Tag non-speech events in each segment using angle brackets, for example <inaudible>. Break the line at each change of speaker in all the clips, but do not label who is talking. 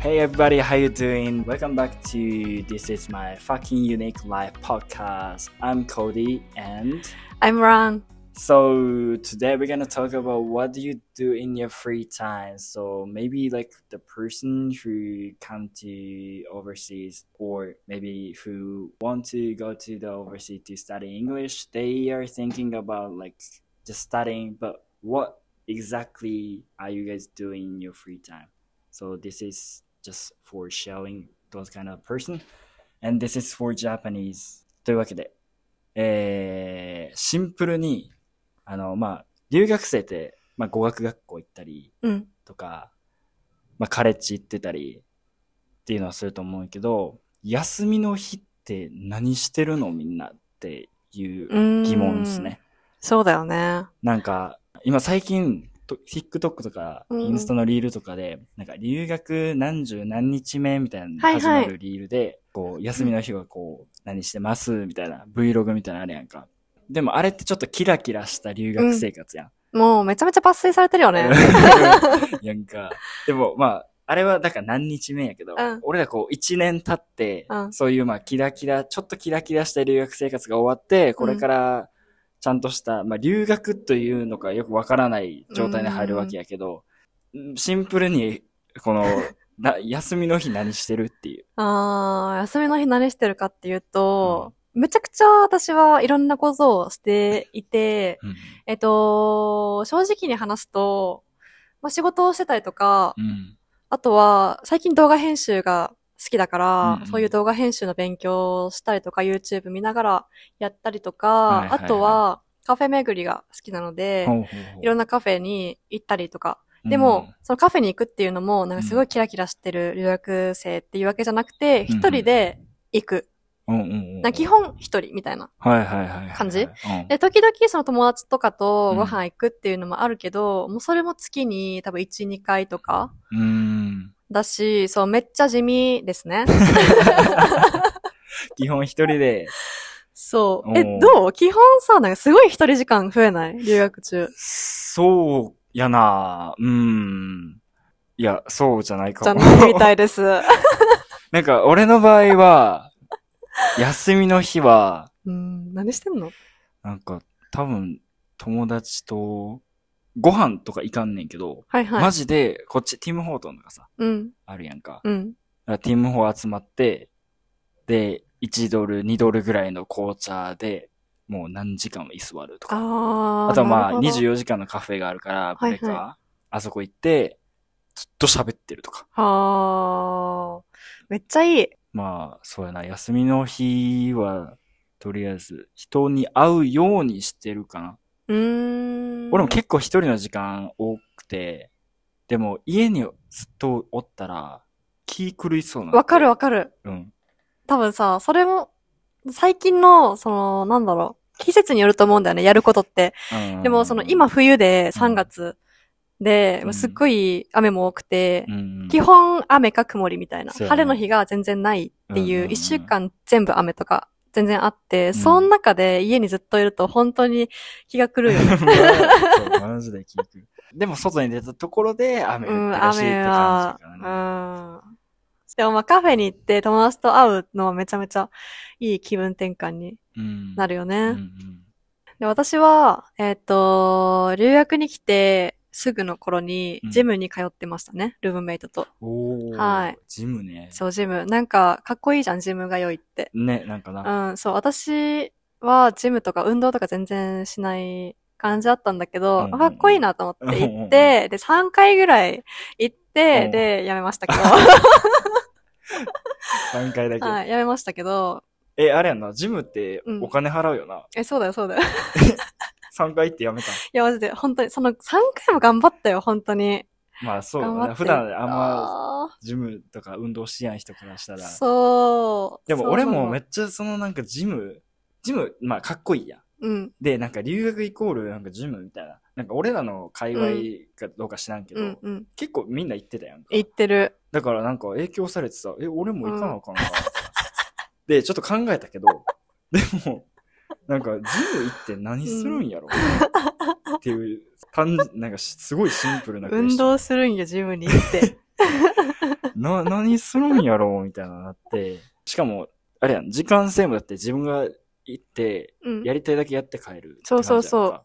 Hey everybody, how you doing? Welcome back to This is my fucking unique life podcast. I'm Cody and
I'm wrong.
so today we're gonna talk about what do you do in your free time. So maybe like the person who come to overseas or maybe who want to go to the overseas to study English, they are thinking about like just studying, but what exactly are you guys doing in your free time? So this is just for showing those kind of person. And this is for Japanese. というわけで、えーシンプルに、あの、まあ、留学生って、まあ、語学学校行ったり
うん。
とか、まあ、カレッジ行ってたりっていうのはすると思うけど、休みの日って何してるのみんなっていう疑
疑
問ですね。。
そうだよね。
なんか、今最近、と TikTok とか、
うん
インスタのリールとかで、なんか留学何十何日目みたいなの
はいはい
始まるリールで、こう、休みの日はこう、何してますみたいな、Vlog みたいなのあるやんか。でもあれってちょっとキラキラした留学生活やん。
もうめちゃめちゃ抜粋されてる
<laughs>
よね。
やんか。でもまあ、あれはだから何日目やけど、
うん
俺らこう1年経って、
うん
そういうまあキラキラ、ちょっとキラキラした留学生活が終わって、これからちゃんとした、まあ留学というのかよくわからない状態に入るわけやけど、シンプルに、この、 <laughs> な休みの日何してるっていう。
あー休みの日何してるかっていうと、めちゃくちゃ私はいろんなことをして
<laughs>
いて、
うん。
えっと、正直に話すと、まあ、仕事をしてたりとか、
うん。
あとは最近動画編集が好きだから、
うんうん
そういう動画編集の勉強をしたりとか、YouTube 見ながらやったりとか、
はいはいはい
あとはカフェ巡りが好きなので、いろんなカフェに行ったりとか。でも、そのカフェに行くっていうのも、なんかすごいキラキラしてる留学生っていうわけじゃなくて、
うん
一人で行く。
うん、うんうんうん
なんか基、本一人みたいな。
はいはいはいはい。
感じ
うん
で、時々その友達とかと
うん
ご飯行くっていうのもあるけど、もうそれも月に多分1、2回とか
うん。
だし、そう、めっちゃ地味ですね。
<laughs> 基本一人で、
そう。
お
え
ー、
どう基本さ、なんかすごい一人時間増えない留学中。
そうやなうん。いや、そうじゃない
じ
か
ゃ
も。
ないみたいです。
なんか、俺の場合は、休みの日は、
<laughs> うん、何してんの
なんか、多分、友達と、ご飯とか行かんねんけど、
はいはい。
マジで、こっち、ティム・ホートンとかさ、
うん、
あるやんか。
うん。
だからティム・ホー集まって、で、1ドル、2ドルぐらいの紅茶で、もう何時間も居座るとか。
あー。
あとはま
な
あ
るほど
24時間のカフェがあるから、
はい
ブ
は
レ
い
カ、あそこ行って、ずっと喋ってるとか。
はあ。めっちゃいい。
まあ、そうやな、休みの日は、とりあえず、人に会うようにしてるかな。
うーん。
俺も結構一人の時間多くて、でも家にずっとおったら、気狂いそうな。
わかるわかる。
うん。
多分さ、それも、最近の、その、なんだろう、季節によると思うんだよね、やることって。
うん
でも、その、今、冬で3月で、
うん
すっごい雨も多くて、
うん、 <laughs>
基本雨か曇りみたいな、
そうやね
晴れの日が全然ない
う
って
んうん
いうう、
ん
1週間全部雨とか全然あって、
ん
その中で家にずっといると本当に気が狂うよね。
そうマジで聞く。でも、外に出たところで雨
う
降っ
ん、
てらしいって
雨
感
は
じかな。、
うん。でもまあカフェに行って友達と会うのはめちゃめちゃいい気分転換に
うん
なるよね。
うんうん
で私は、えっ、と、留学に来てすぐの頃に
うん
ジムに通ってましたね、ルームメイトと。
おー
はい。
ジムね。
そう、ジム。なんかかっこいいじゃん、ジムが良いって。
ね、なんかな。
うん、そう、私はジムとか運動とか全然しない感じだったんだけ
うん
ど、
うんうん
かっこいいなと思って
うんうんう
行
ん
って、で、3回ぐらい行っ
うん
て、で、やめましたけど。
3回だけ。
はい、やめましたけど、
え、あれやんな、ジムって
うん
お金払うよな。
え、そうだよ、そうだよ。 <laughs> い
3回行ってやめたん。
や、マジで、本当に、その3回も頑張ったよ、本当に。
まあそう
頑
だね。
張って
普段あんま
ま、
ジムとか運動しやん人からしたら。
そう。
でも俺もめ
っち
っちゃそのなんかジム、ジム、まあかっこいいやん。
ゃ。うん、
で、なんか留学イコールなんかジムみたいな。なんか俺らの界隈かどうか知らんけど、
うん、うん。
結構みんな行ってたやんか。
言ってる。
だからなんか影響されてさ、え、俺も行かなあかんな。で、ちょっと考えたけど、 <laughs> でも、なんかジム行って何するんやろ、っていう、単なんかしすごいシンプルなクエ
運
スチョン <laughs>
動するんよ、ジムに行って。
な、何するんやろうみたいななって。しかも、あれやん、時間制もだって自分が行って、
うん
や。りたいだけやって帰る。
そうそうそう
う。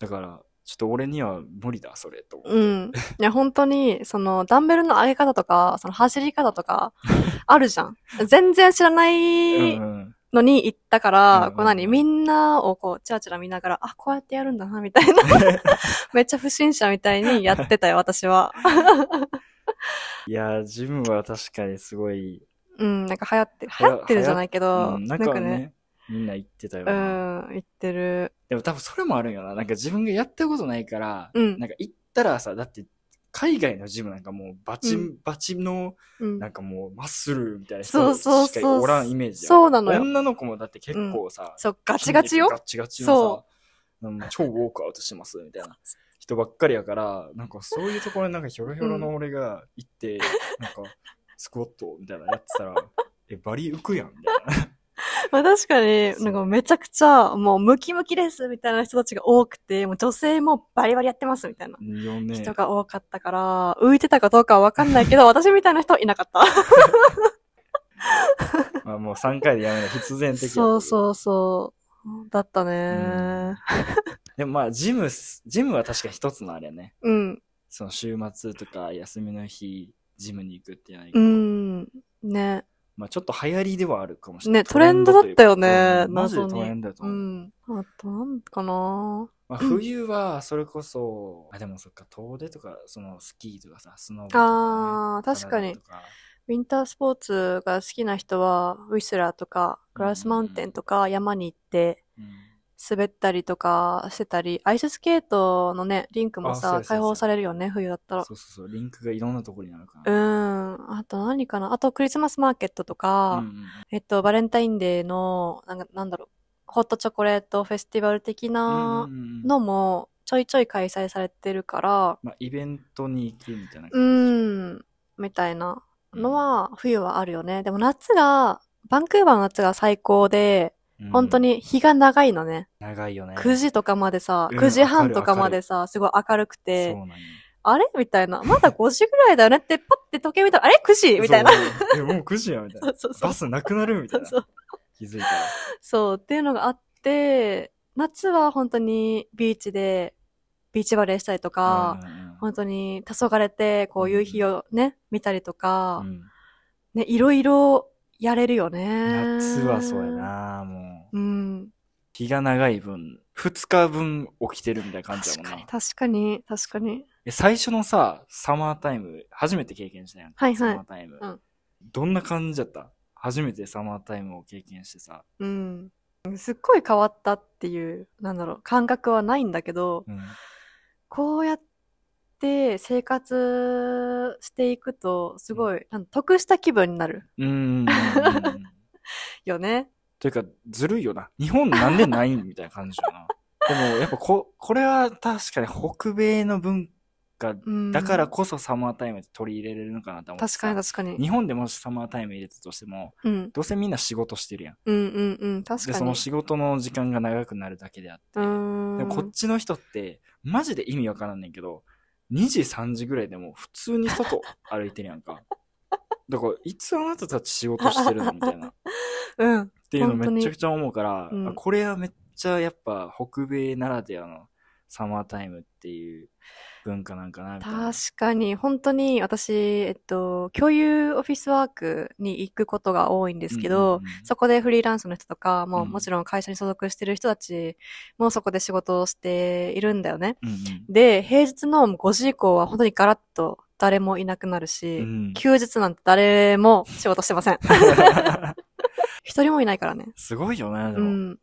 だから、ちょっと俺には無理だ、それ、と思って。
うん。いや、本当に、その、ダンベルの上げ方とか、その走り方とか、あるじゃん。全然知らな
う
い
んうん
のに行ったか
うんうん
ら、
うん
こう何みんなをこう、チラチラ見ながら、あ、こうやってやるんだな、みた
<laughs>
いな。めっちゃ不審者みたいにやってたよ、私は。
いやー、ジムは確かにすごい、
うん、なんか流行って、
は
流
や
行ってるじゃないけど、
うん
な
なんん
か
か
ね、
ね、みんな行ってたよ
う
な。
ん、言ってる。
でも多分それもあるんよな。なんか自分がやったことないから、
うん
なんか行ったらさ、だって海外のジムなんかもうバチ、
うん
バチの、
うん
な。んかもうマッスルみたいな
そう
人
そうそう
しかおらんイメージやん
そうなのよ。
女の子もだって結構さ、
そう、ガチガチよ
筋肉。ガチガチのさ、うん超ウォークアウトしてますみたいな人ばっかりやから、なんかそういうところになんかヒョロヒョロの俺が行って、
<laughs>
なんかスクワットみたいなのやってたら、え、バリ浮くやんみ
<laughs>
たいな。
まあ確かに、
そう
なんかめちゃくちゃ、もうムキムキですみたいな人たちが多くて、もう女性もバリバリやってますみたいな
よね
人が多かったから、浮いてたかどうかはわかんない
<laughs>
けど、私みたいな人はいなかった。
まあもう3回でやめない必然的やけ
そ
ど
うそうそう。だったね。
でもまあジムす、ジムは確か一つのあれやね。
うん。
その週末とか休みの日、ジムに行くってやないけ
う
ど、
ん。ね。
まあちょっと流行りではあるかもしれない。
ね、トレンドだったよね。
うんマジで
謎
ト
に
レンドだと
う
思う。
ん。あと、なんか
まあ、
なうん
冬はそれこそ、あでもそっか遠出とかそのスキーとかさスノボとか、ね、
あー、確かに
パラダと。か
ウィンタースポーツが好きな人は、ウィスラーとか、グラスマウンテンとか、山に行って、
うん
滑ったりとかしてたり、アイススケートのね、リンクも
あそう
さ
や、そうや
開放されるよね、冬だったら。
そうそうそうリンクがいろんなところにあるか
う
ら、
ん。あと何かなあとクリスマスマーケットと
うん
か、
うん
えっと、バレンタインデーの、なんかなんだろう、ホットチョコレートフェスティバル的
うん
な
うんうん
のも、ちょいちょい開催されてるから、
まあ、イベントに行くみたいな
う
感
ん、みたいな
じ
のは、冬はあるよね。でも夏が、バンクーバーの夏が最高
う
で、
ん
本当に日が長いのね。
長いよね
9時とかまでさ、
うん
9時半とか
明るい明るい
までさ、すごい明るくて、
そうなんよ
あれみたいな。まだ5時ぐらいだよねって、パッて時計見たら、あれ ?9 時みたいな。
そうそうえもう9時やみたい
<laughs> そ
な
うそうそう
バ。スなくなるみたいな
そうそう
気づいたら
そう。っていうのがあって、夏は本当にビーチで、ビーチバレーしたりとか、
うんうんうん
本当に黄昏て、こう夕日をね、見たりとか、
うん
ね、いろいろやれるよね。
夏はそうや。なもう
うん。
日が長い分2日分起きてるみたいな感じ
確
やもんな
かに、確かに、確かに。
え、最初のさ、サマータイム、初めて経験したやんか。
はいはい
サマータイム。
うん
どんな感じだった初めてサマータイムを経験してさ。
うん。すっごい変わったっていう、なんだろう、感覚はないんだけど、 <laughs>
うん。
こうやって生活していくと、すごい、なんか得した気分になる
うんうんうんうん。
よね。
というか、ずるいよな。日本なんでないみたいな感じよ
<laughs>
な。でも、やっぱこ、これは確かに北米の文化
うん。
だからこそサマータイムって取り入れれるのかなと思って
確
さ
かに確かに。
日本でもしサマータイム入れたとしても、
うん。
どうせみんな仕事してるやん。
うんうんうん。確
で、
か
そ
に
の。仕事の時間が長くなるだけであって。
うーん。
でもこっちの人って、マジで意味わからんねんけど、2時、3時ぐらいでもう普通に外歩いてるやん
<laughs>
か。だから、いつあなたたち仕事してるのみたいな。っ
うん。
ていうの
本当に
めちゃくちゃ思うから、
うん
あこれはめっちゃやっぱ北米ならではのサマータイムっていう文化なんかなみたいな。
確かに、本当に私、えっと、共有オフィスワークに行くことが多いんですけど、
うんうんうん
そこでフリーランスの人とか、もう
うん
もちろん会社に所属してる人たちもそこで仕事をしているんだよね。
うん
で、平日の5時以降は本当にガラッと誰もいなくなるし、
うん。うん、
休日なんて誰も仕事してません。一人もいないからね。
<laughs> すごいよね、で
う
も。
ん。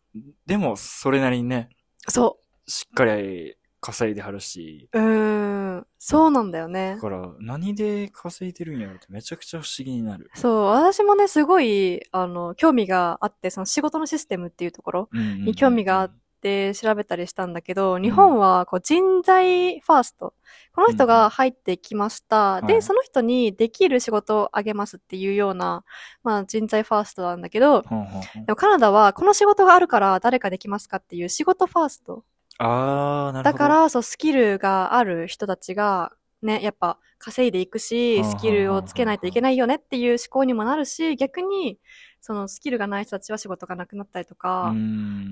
でも、それなりにね、
そ
しっかり稼いではるし、
う。うーん。そうなんだよね
だ。から何で稼いでるんやろってめちゃくちゃ不思議になる。
そう。私もね、すごい、あの、興味があって、その仕事のシステムっていうところ
に
に興味があっで調べたりしたんだけど、日本はこう人材ファースト。この人が入ってきました。
うん
で、
はい
その人にできる仕事をあげますっていうような、まあ人材ファーストなんだけど、
ほんほんほん
でもカナダはこの仕事があるから誰かできますかっていう仕事ファースト。
ああ、なる
だ
ほど。
から、そう、スキルがある人たちが、ね、やっぱ稼いでいくし、スキルをつけないといけないよねっていう思考にもなるし、逆に、そのスキルがない人たちは仕事がなくなったりとか、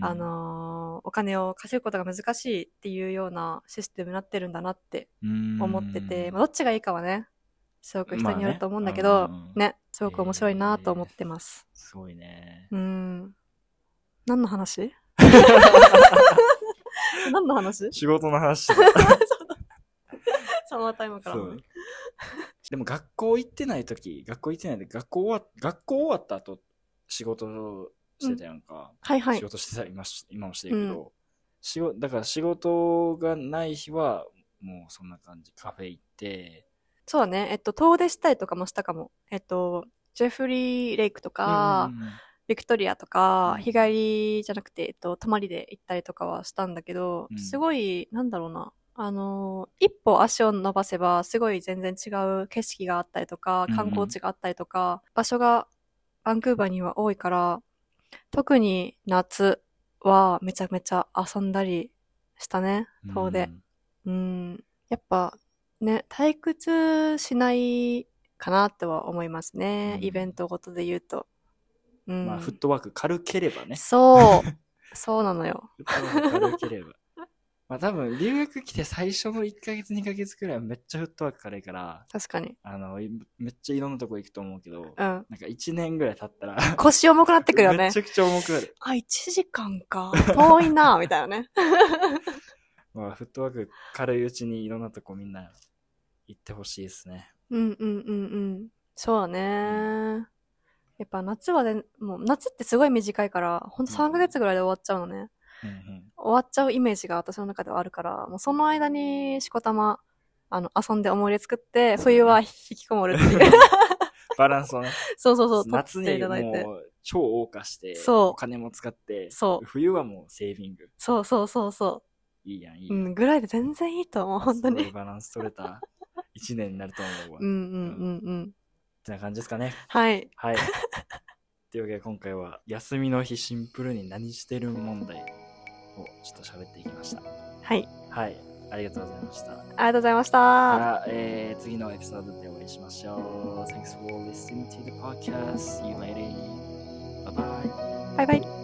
あのーお金を稼ぐことが難しいっていうようなシステムになってるんだなって思ってて、まあ、どっちがいいかはね、すごく人によると思うんだけど、
まあね
ねすごく面白いなと思ってます。
すごいね。 <laughs>
うん。何の話 <laughs> 何の話
仕事の話だ
サマータイムか
そ
らのね、
う。でも学校行ってない時、学校行ってないで、学校終わ学校終わった後、仕事してたやんか。
はいは
仕
い。
事してた、今し、今もしてるけど、仕事、だから仕事がない日は、もうそんな感じ。カフェ行って、
そうだね。えっと、遠出したりとかもしたかも。えっと、ジェフリー・レイクとか、
うんうんうん
ビクトリアとか、
うん
日帰りじゃなくて、えっと、泊まりで行ったりとかはしたんだけど、
うん
すごい、なんだろうな。あのー、一歩足を伸ばせば、すごい全然違う景色があったりとか
うん、
観光地があったりとか、場所がバンクーバーには多いから、特に夏はめちゃめちゃ遊んだりしたね、遠出。うん、やっぱね、退屈しないかなとは思いますね。
うん
イベントごとで言うと。う
うん
ん。
まあ、フットワーク軽ければね。 <laughs>
そう。そうなのよ。
フットワーク軽けれ
<laughs>
ば。まあ多分、留学来て最初の1ヶ月、2ヶ月くらいはめっちゃフットワーク軽いから、
確かに。
あの、いめっちゃいろんなとこ行くと思うけど、
うん。
なんか1年ぐらい経ったら、
腰重くなってくるよ
め
ね
ち。ゃくちゃ重くなる。
あ、1時間か。遠いな、みたいな
<laughs>
ね。
まあ、フットワーク軽いうちにいろんなとこみんな行ってほしいですね。
うんうんうんうん。そうだね。やっぱ夏はね、もう夏ってすごい短いから、ほんと3ヶ月ぐらいで終わっちゃうのね。
うんうん
終わっちゃうイメージが私の中ではあるから、もうその間にしこたま、あの、遊んで思い出作って、冬は引きこもるって
<laughs>
いう。
バランスをね、
そうそうそう、
夏
撮って
に
いた
も
だいて。
う超謳歌して、
そう
お金も使って、
そう
冬はもうセービング。
そうそうそうそ。
いいやん、いいうや。
うんん、ぐらいで全然いいと思う、本当
すごい
に。
バランス取れた1年になると思うわ。
う
っ
んうんうんうん。
てな感じですかね。
はい。
はい。というわけで今回は休みの日シンプルに何してる問題をちょっと喋っていきました。
はい。
はい。ありがとうございました。
ありがとうございました。
また、えー、次のエピソードでお会いしましょう。Thanks for listening to the podcast. See you later. Bye bye.
バイバイ。